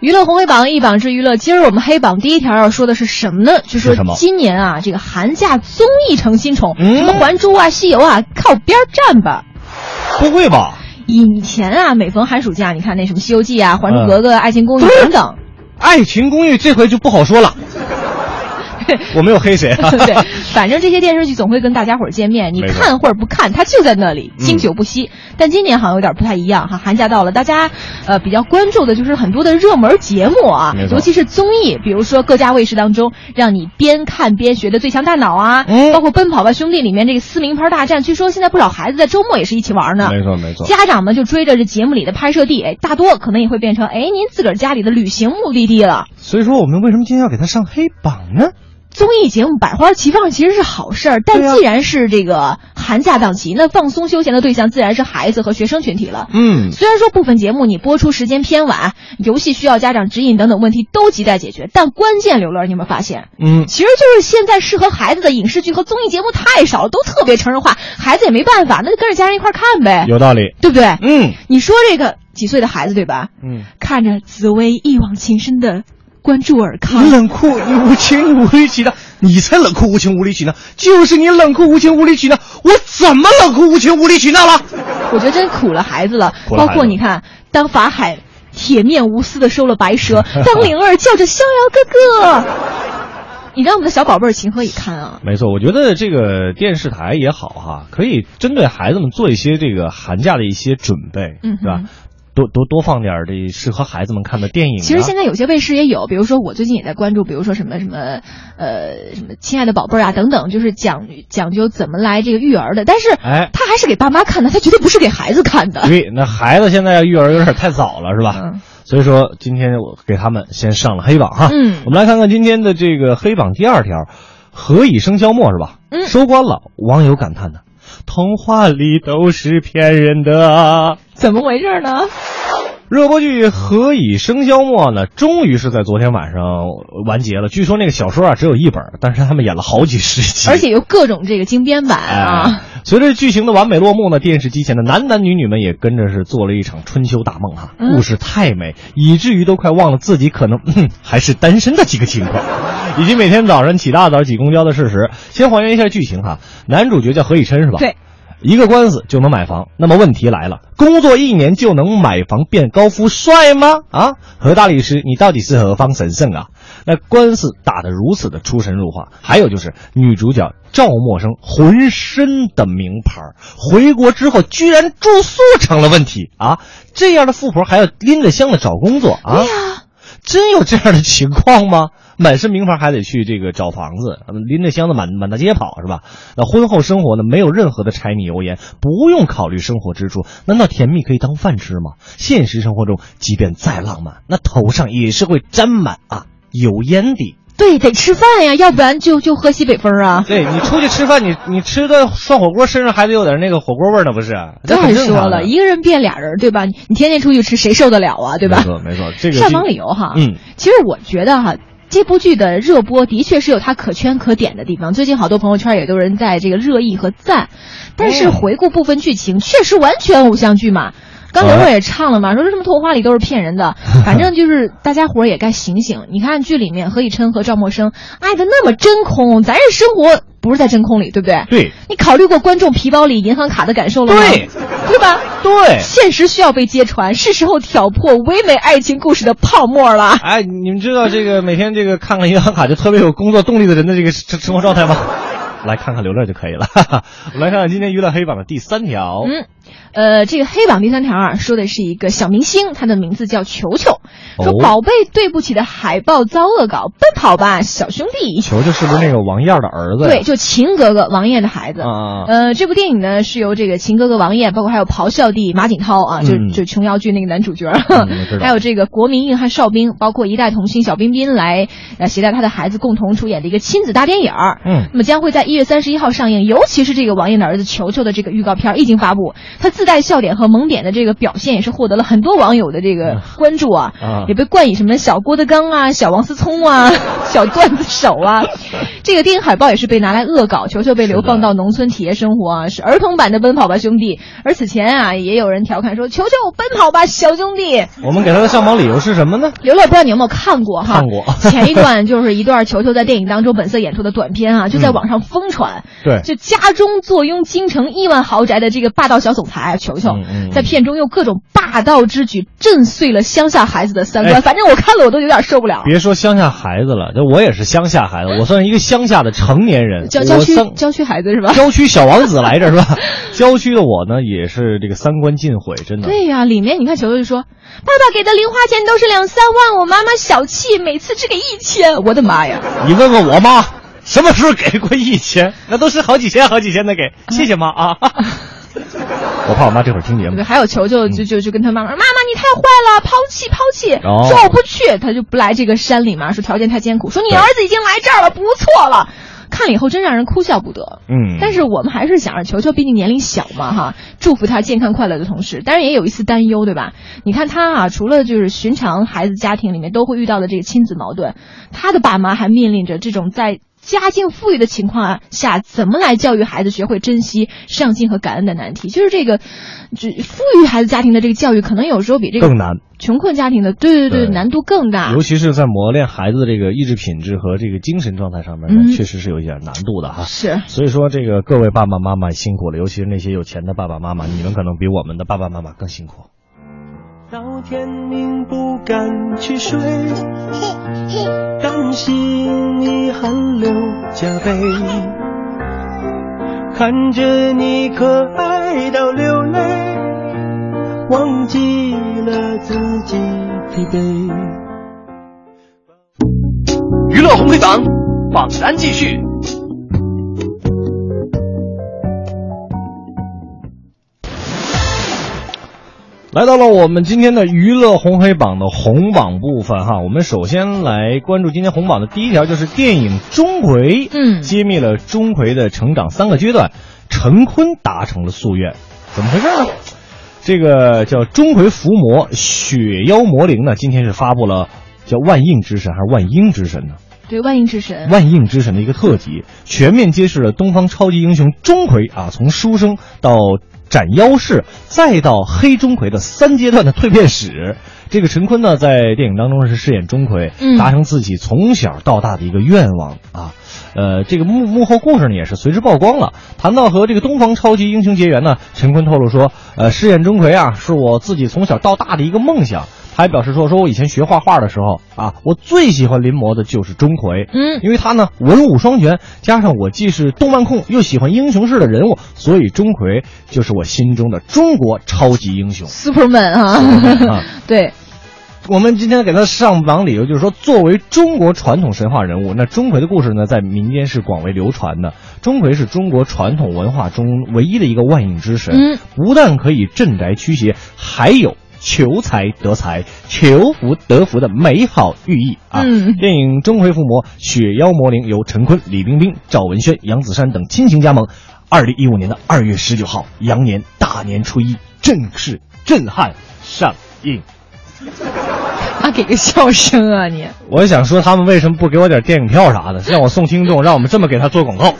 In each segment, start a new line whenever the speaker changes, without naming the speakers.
娱乐红黑榜一榜之娱乐，今儿我们黑榜第一条要说的是什么呢？就是
什么
今年啊，这个寒假综艺成新宠，
嗯
什么《还珠》啊、《西游》啊，靠边儿站吧。
不会吧？
以前啊，每逢寒暑假，你看那什么《西游记》啊、《还珠
嗯
格格》啊、爱情公寓》等等，
爱情公寓这回就不好说了。我没有黑谁啊。
对，反正这些电视剧总会跟大家伙儿见面，你
没错
看或者不看，它就在那里，
嗯
经久不息。但今年好像有点不太一样哈，寒假到了，大家呃比较关注的就是很多的热门节目啊
没，错
尤其是综艺，比如说各家卫视当中让你边看边学的《最强大脑》啊，
嗯
包括《奔跑吧兄弟》里面这个撕名牌大战，据说现在不少孩子在周末也是一起玩呢。
没错没错
家长们就追着这节目里的拍摄地，哎，大多可能也会变成哎您自个儿家里的旅行目的地了。
所以说我们为什么今天要给他上黑榜呢？
综艺节目百花齐放其实是好事儿，但
对啊
既然是这个寒假档期，那放松休闲的对象自然是孩子和学生群体了。
嗯，
虽然说部分节目你播出时间偏晚，游戏需要家长指引等等问题都亟待解决，但关键刘乐，你有没有发现？
嗯，
其实就是现在适合孩子的影视剧和综艺节目太少了，都特别成人化，孩子也没办法，那就跟着家人一块儿看呗，
有道理。
对不对？
嗯
你说这个几岁的孩子对吧？
嗯，
看着紫薇一往情深的关注尔康，
冷酷无情无理取闹，你才冷酷无情无理取闹，就是你冷酷无情无理取闹，我怎么冷酷无情无理取闹了？
我觉得真苦了孩子了。
苦了孩
包
子
括你看，当法海铁面无私的收了白 蛇，当灵儿叫着逍遥哥哥，你让我们的小宝贝儿情何以堪啊！
没错，我觉得这个电视台也好哈，可以针对孩子们做一些这个寒假的一些准备，
嗯哼
对吧？多多多放点儿这适合孩子们看的电影啊。
其实现在有些卫视也有，比如说我最近也在关注，比如说什么什么，呃，什么亲爱的宝贝儿啊等等，就是讲讲究怎么来这个育儿的。但是，
哎
他还是给爸妈看的，他绝对不是给孩子看的。
对，那孩子现在育儿有点太早了，是吧？
嗯
所以说今天我给他们先上了黑榜哈。
嗯
我们来看看今天的这个黑榜第二条，何以笙箫默是吧？
嗯
收官了，网友感叹呢，童话里都是骗人的。啊
怎么回事呢？
热播剧《何以笙箫默》呢，终于是在昨天晚上完结了。据说那个小说啊只有一本，但是他们演了好几十集，
而且有各种这个精编版啊。
哎，随着剧情的完美落幕呢，电视机前的男男女女们也跟着是做了一场春秋大梦哈、
嗯
故事太美，以至于都快忘了自己可能、嗯还是单身的这个情况，以及每天早上起大早挤公交的事实。先还原一下剧情哈，男主角叫何以琛是吧？
对。
一个官司就能买房，那么问题来了，工作一年就能买房变高富帅吗？啊，何大律师，你到底是何方神圣啊？那官司打得如此的出神入化，还有就是女主角赵默笙浑身的名牌，回国之后居然住宿成了问题啊！这样的富婆还要拎着箱子找工作啊？真有这样的情况吗？满身名牌还得去这个找房子，拎着箱子满满大街跑是吧？那婚后生活呢，没有任何的柴米油盐，不用考虑生活支出。难道甜蜜可以当饭吃吗？现实生活中，即便再浪漫，那头上也是会沾满啊油烟的。
对，得吃饭呀，要不然就就喝西北风啊。
对你出去吃饭，你你吃的涮火锅，身上还得有点那个火锅味儿呢，不是？
当然说了，一个人变俩人，对吧？你你天天出去吃，谁受得了啊，对吧
没？错没错，这个
上榜理由哈，
嗯，
其实我觉得哈。这部剧的热播的确是有它可圈可点的地方，最近好多朋友圈也都有人在这个热议和赞。但是
嗯
回顾部分剧情，确实完全偶像剧嘛。刚刘若也唱
哦
了嘛，说什么童话里都是骗人 的，反正就是大家伙儿也该醒醒。你看剧里面何以琛和赵默笙爱的那么真空，咱这生活不是在真空里，对不对？
对
你考虑过观众皮包里银行卡的感受了吗？
对，
对吧？
对。
现实需要被揭穿，是时候挑破唯美爱情故事的泡沫了。
哎，你们知道这个每天这个看看银行卡就特别有工作动力的人的这个生生活状态吗？ 来看看刘乐就可以了。 哈哈。我们来看看今天娱乐黑榜的第三条。
嗯，呃，这个黑榜第三条啊，说的是一个小明星，他的名字叫球球，说
哦
宝贝对不起的海报遭恶搞，奔跑吧小兄弟。
球球是不是那个王燕儿的儿子呀？
对，就秦格格王艳的孩子。
啊，
呃，这部电影呢是由这个秦格格王艳，包括还有咆哮帝马景涛啊，就
嗯
就琼瑶剧那个男主角，
我知道
还有这个国民硬汉邵兵，包括一代童星小彬彬来呃携带他的孩子共同主演的一个亲子大电影儿。
嗯
那么将会在一月三十一号上映，尤其是这个王艳的儿子球球的这个预告片一经发布，他自带笑点和萌点的这个表现也是获得了很多网友的这个关注啊，
嗯啊
也被冠以什么小郭德纲啊、小王思聪 啊、小段子手啊。这个电影海报也是被拿来恶搞，球球被流放到农村体验生活啊，是儿童版的《奔跑吧兄弟》。而此前啊，也有人调侃说：“球球，奔跑吧，小兄弟。”
我们给他的上榜理由是什么呢？
刘乐，不知道你有没有看过哈？
看过
前一 段就是一段球球在电影当中本色演出的短片啊，就在网上疯传。
嗯对
就家中坐拥京城亿万豪宅的这个霸道小总裁啊球球，
嗯嗯嗯
在片中用各种霸道之举震碎了乡下孩子的三观。
哎
反正我看了我都有点受不了。
别说乡下孩子了，这我也是乡下 孩子，我算是一个乡下的成年人。
郊郊区
我三
郊区孩子是吧？
郊区小王子来着是吧？郊区的我呢，也是这个三观尽毁，真的。
对呀、里面你看球球就说：“爸爸给的零花钱都是两三万，我妈妈小气，每次只给一千。”我的妈呀！
你问问我妈，什么时候给过一千？那都是好几千、好几千的 给，谢谢妈啊！我怕我妈这会儿听节目
对，。还有球球就就就跟他妈妈，妈妈你太坏了，抛弃抛弃，
哦
说我不去，他就不来这个山里嘛，说条件太艰苦，说你儿子已经来这儿了，不错了。看了以后真让人哭笑不得，
嗯
但是我们还是想让球球，毕竟年龄小嘛哈，祝福他健康快乐的同时，当然也有一丝担忧，对吧？你看他啊，除了就是寻常孩子家庭里面都会遇到的这个亲子矛盾，他的爸妈还面临着这种在家境富裕的情况下，怎么来教育孩子学会珍惜、上进和感恩的难题。就是这个，这富裕孩子家庭的这个教育，可能有时候比这个
更难，
穷困家庭的，对对对，
对
难度更大
尤。其是在磨练孩子的这个意志品质和这个精神状态上面，
嗯
呢，确实是有一点难度的哈。
是，
所以说，这个各位爸爸妈妈辛苦了，尤其是那些有钱的爸爸妈妈，你们可能比我们的爸爸妈妈更辛苦。
到天明不敢去睡，担心你汗流浃背，看着你可爱到流泪，忘记了自己疲惫。
娱乐红黑榜榜单继续。
来到了我们今天的娱乐红黑榜的红榜部分哈，我们首先来关注今天红榜的第一条，就是电影《钟馗》，
嗯
揭秘了钟馗的成长三个阶段，陈坤达成了夙愿，怎么回事呢？这个叫钟馗伏魔雪妖魔灵呢，今天是发布了叫万应之神还是万婴之神呢？
对万应之神，
万应之神的一个特辑，全面揭示了东方超级英雄钟馗啊，从书生到斩妖士，再到黑钟馗的三阶段的蜕变史。这个陈坤呢，在电影当中是饰演钟馗，
嗯
达成自己从小到大的一个愿望啊。呃，这个幕幕后故事呢也是随之曝光了。谈到和这个东方超级英雄结缘呢，陈坤透露说，呃，饰演钟馗啊是我自己从小到大的一个梦想。他还表示说，说我以前学画画的时候啊，我最喜欢临摹的就是钟馗，
嗯
因为他呢文武双全，加上我既是动漫控又喜欢英雄式的人物，所以钟馗就是我心中的中国超级英雄。
，Superman
啊
啊， 对，
我们今天给他上榜理由就是说，作为中国传统神话人物，那钟馗的故事呢，在民间是广为流传的。钟馗是中国传统文化中唯一的一个万应之神，
嗯
不但可以镇宅驱邪，还有求财得财、求福得福的美好寓意啊。
嗯
电影《钟馗伏魔》《雪妖魔灵》由陈坤、李冰冰、赵文轩、杨子姗等亲情加盟。二零一五年的二月十九号，羊年大年初一正式震撼上映。
啊，给个笑声啊你。
我想说，他们为什么不给我点电影票 啥的，让我送听众，让我们这么给他做广告？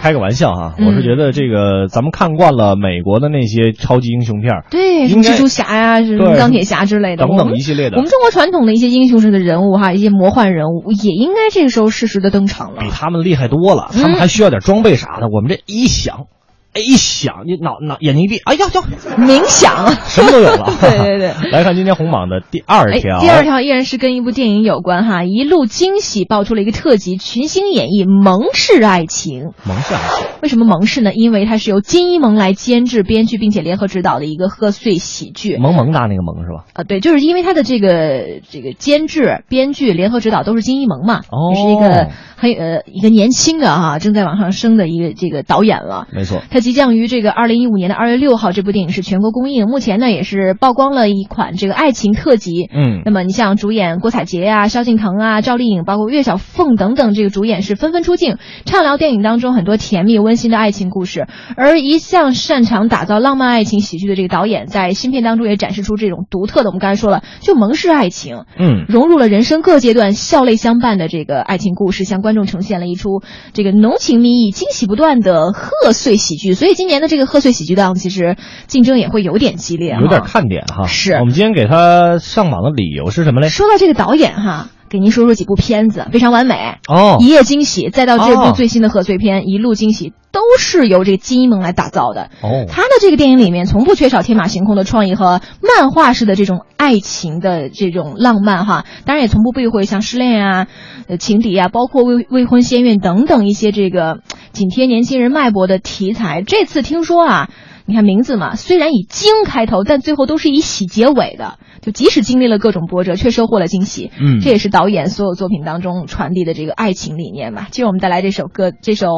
开个玩笑哈，
嗯
我是觉得这个咱们看惯了美国的那些超级英雄片儿，
对，什
应
么
该
蜘蛛侠呀、什么
对
钢铁侠之类的，
等
我
等
们
一系列的
我们中国传统的一些英雄式的人物哈，一些魔幻人物也应该这个时候适时的登场了
比。他们厉害多
嗯
了，他们还需要点装备啥的，我们这一想，哎一想，你脑脑眼睛一闭，哎呀呀，
冥想，。
什么都有了
对对对。
来看今天红榜的第二
哎，
条，
第二条依然是跟一部电影有关哈，《一路惊喜》爆出了一个特辑《群星演绎蒙氏爱情》。
蒙氏还是
为什么蒙氏呢？因为它是由金一蒙来监制、编剧，并且联合执导的一个贺岁喜剧。
萌萌哒那个萌是吧？
啊，对，就是因为他的这个这个监制、编剧、联合指导都是金一萌嘛，
哦
也是一个很呃一个年轻的哈、正在往上升的一个这个导演了。
没错，
他即将于这个二零一五年的二月六号，这部电影是全国公映。目前呢，也是曝光了一款这个爱情特辑。
嗯
那么你像主演郭采洁呀、萧敬腾啊、赵丽颖，包括岳小凤等等，这个主演是纷纷出镜，畅聊电影当中很多甜蜜温馨的爱情故事。而一向擅长打造浪漫爱情喜剧的这个导演，在新片当中也展示出这种独特的，我们刚才说了，就蒙氏爱情。
嗯，
融入了人生各阶段笑泪相伴的这个爱情故事，向观众呈现了一出这个浓情蜜意、惊喜不断的贺岁喜剧。所以今年的这个贺岁喜剧档，其实竞争也会有点激烈，
有点。看点哈。
是
我们今天给他上榜的理由是什么嘞？
说到这个导演哈，给您说说几部片子，非常完美。
哦
一夜惊喜，再到这
哦
部最新的贺岁片《一路惊喜》，都是由这个金一萌来打造的。
哦，
他的这个电影里面从不缺少天马行空的创意和漫画式的这种爱情的这种浪漫哈，当然也从不避讳像失恋啊、呃情敌啊，包括未未婚先孕等等一些这个紧贴年轻人脉搏的题材。这次听说啊，你看名字嘛，虽然以“惊”开头，但最后都是以喜结尾的，就即使经历了各种波折，却收获了惊喜。
嗯
这也是导演所有作品当中传递的这个爱情理念嘛。今儿我们带来这首歌，这首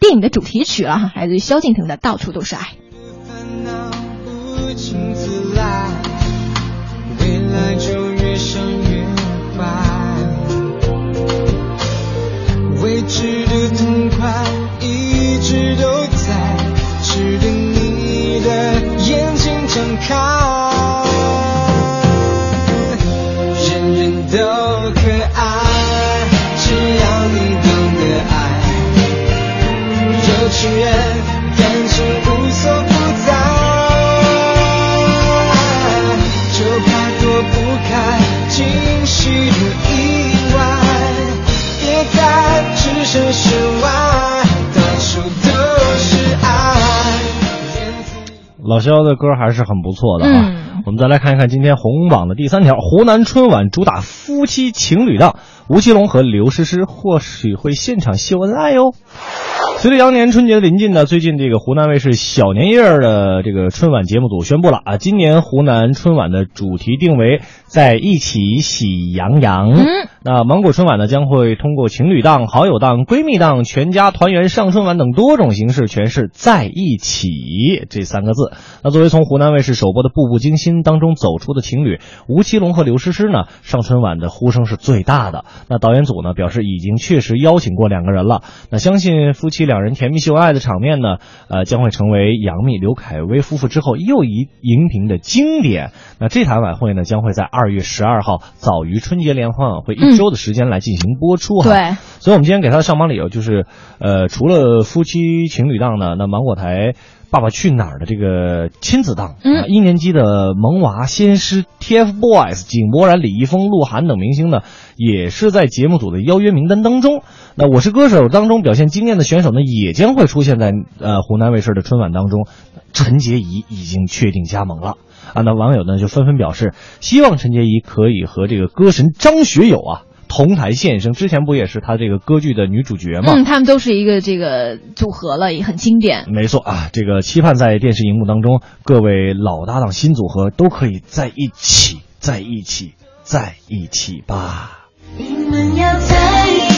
电影的主题曲啊，来自于萧敬腾的《到处都是爱》。
烦恼不请自来，未来就越想越坏，未知的痛快一直都在，只等你的眼睛睁开。人人都可爱，只要你懂得爱。有情人，感情无所不在，就怕躲不开惊喜和意外，别再置身事外，到处都是爱。
老肖的歌还是很不错的啊。
嗯
我们再来看一看今天红榜的第三条，湖南春晚主打夫妻情侣档，吴奇隆和刘诗诗或许会现场秀恩爱哟。随着羊年春节的临近呢，最近这个湖南卫视小年夜儿的这个春晚节目组宣布了啊，今年湖南春晚的主题定为在一起喜洋洋。
嗯
那芒果春晚呢，将会通过情侣档、好友档、闺蜜档、全家团圆上春晚等多种形式诠释“在一起”这三个字。那作为从湖南卫视首播的《步步惊心》当中走出的情侣，吴奇隆和刘诗诗呢，上春晚的呼声是最大的。那导演组呢表示，已经确实邀请过两个人了。那相信夫妻两人甜蜜秀恩爱的场面呢，呃，将会成为杨幂、刘恺威夫妇之后又一荧屏的经典。那这场晚会呢，将会在二月十二号早于春节联欢晚会一周的时间来进行播出哈。
对，
所以我们今天给他的上榜理由就是，呃，除了夫妻情侣档呢，那芒果台《爸爸去哪儿》的这个亲子档，
嗯
啊一年级的萌娃、先师、TFBOYS、井柏然、李易峰、鹿晗等明星呢，也是在节目组的邀约名单当中。那《我是歌手》当中表现惊艳的选手呢，也将会出现在呃湖南卫视的春晚当中。陈洁仪已经确定加盟了。啊，那网友呢就纷纷表示，希望陈洁仪可以和这个歌神张学友啊同台现身。之前不也是她这个歌剧的女主角吗？
嗯，他们都是一个这个组合了，也很经典。
没错啊，这个期盼在电视荧幕当中，各位老搭档、新组合都可以在一起，在一起，在一起吧。
你们要在一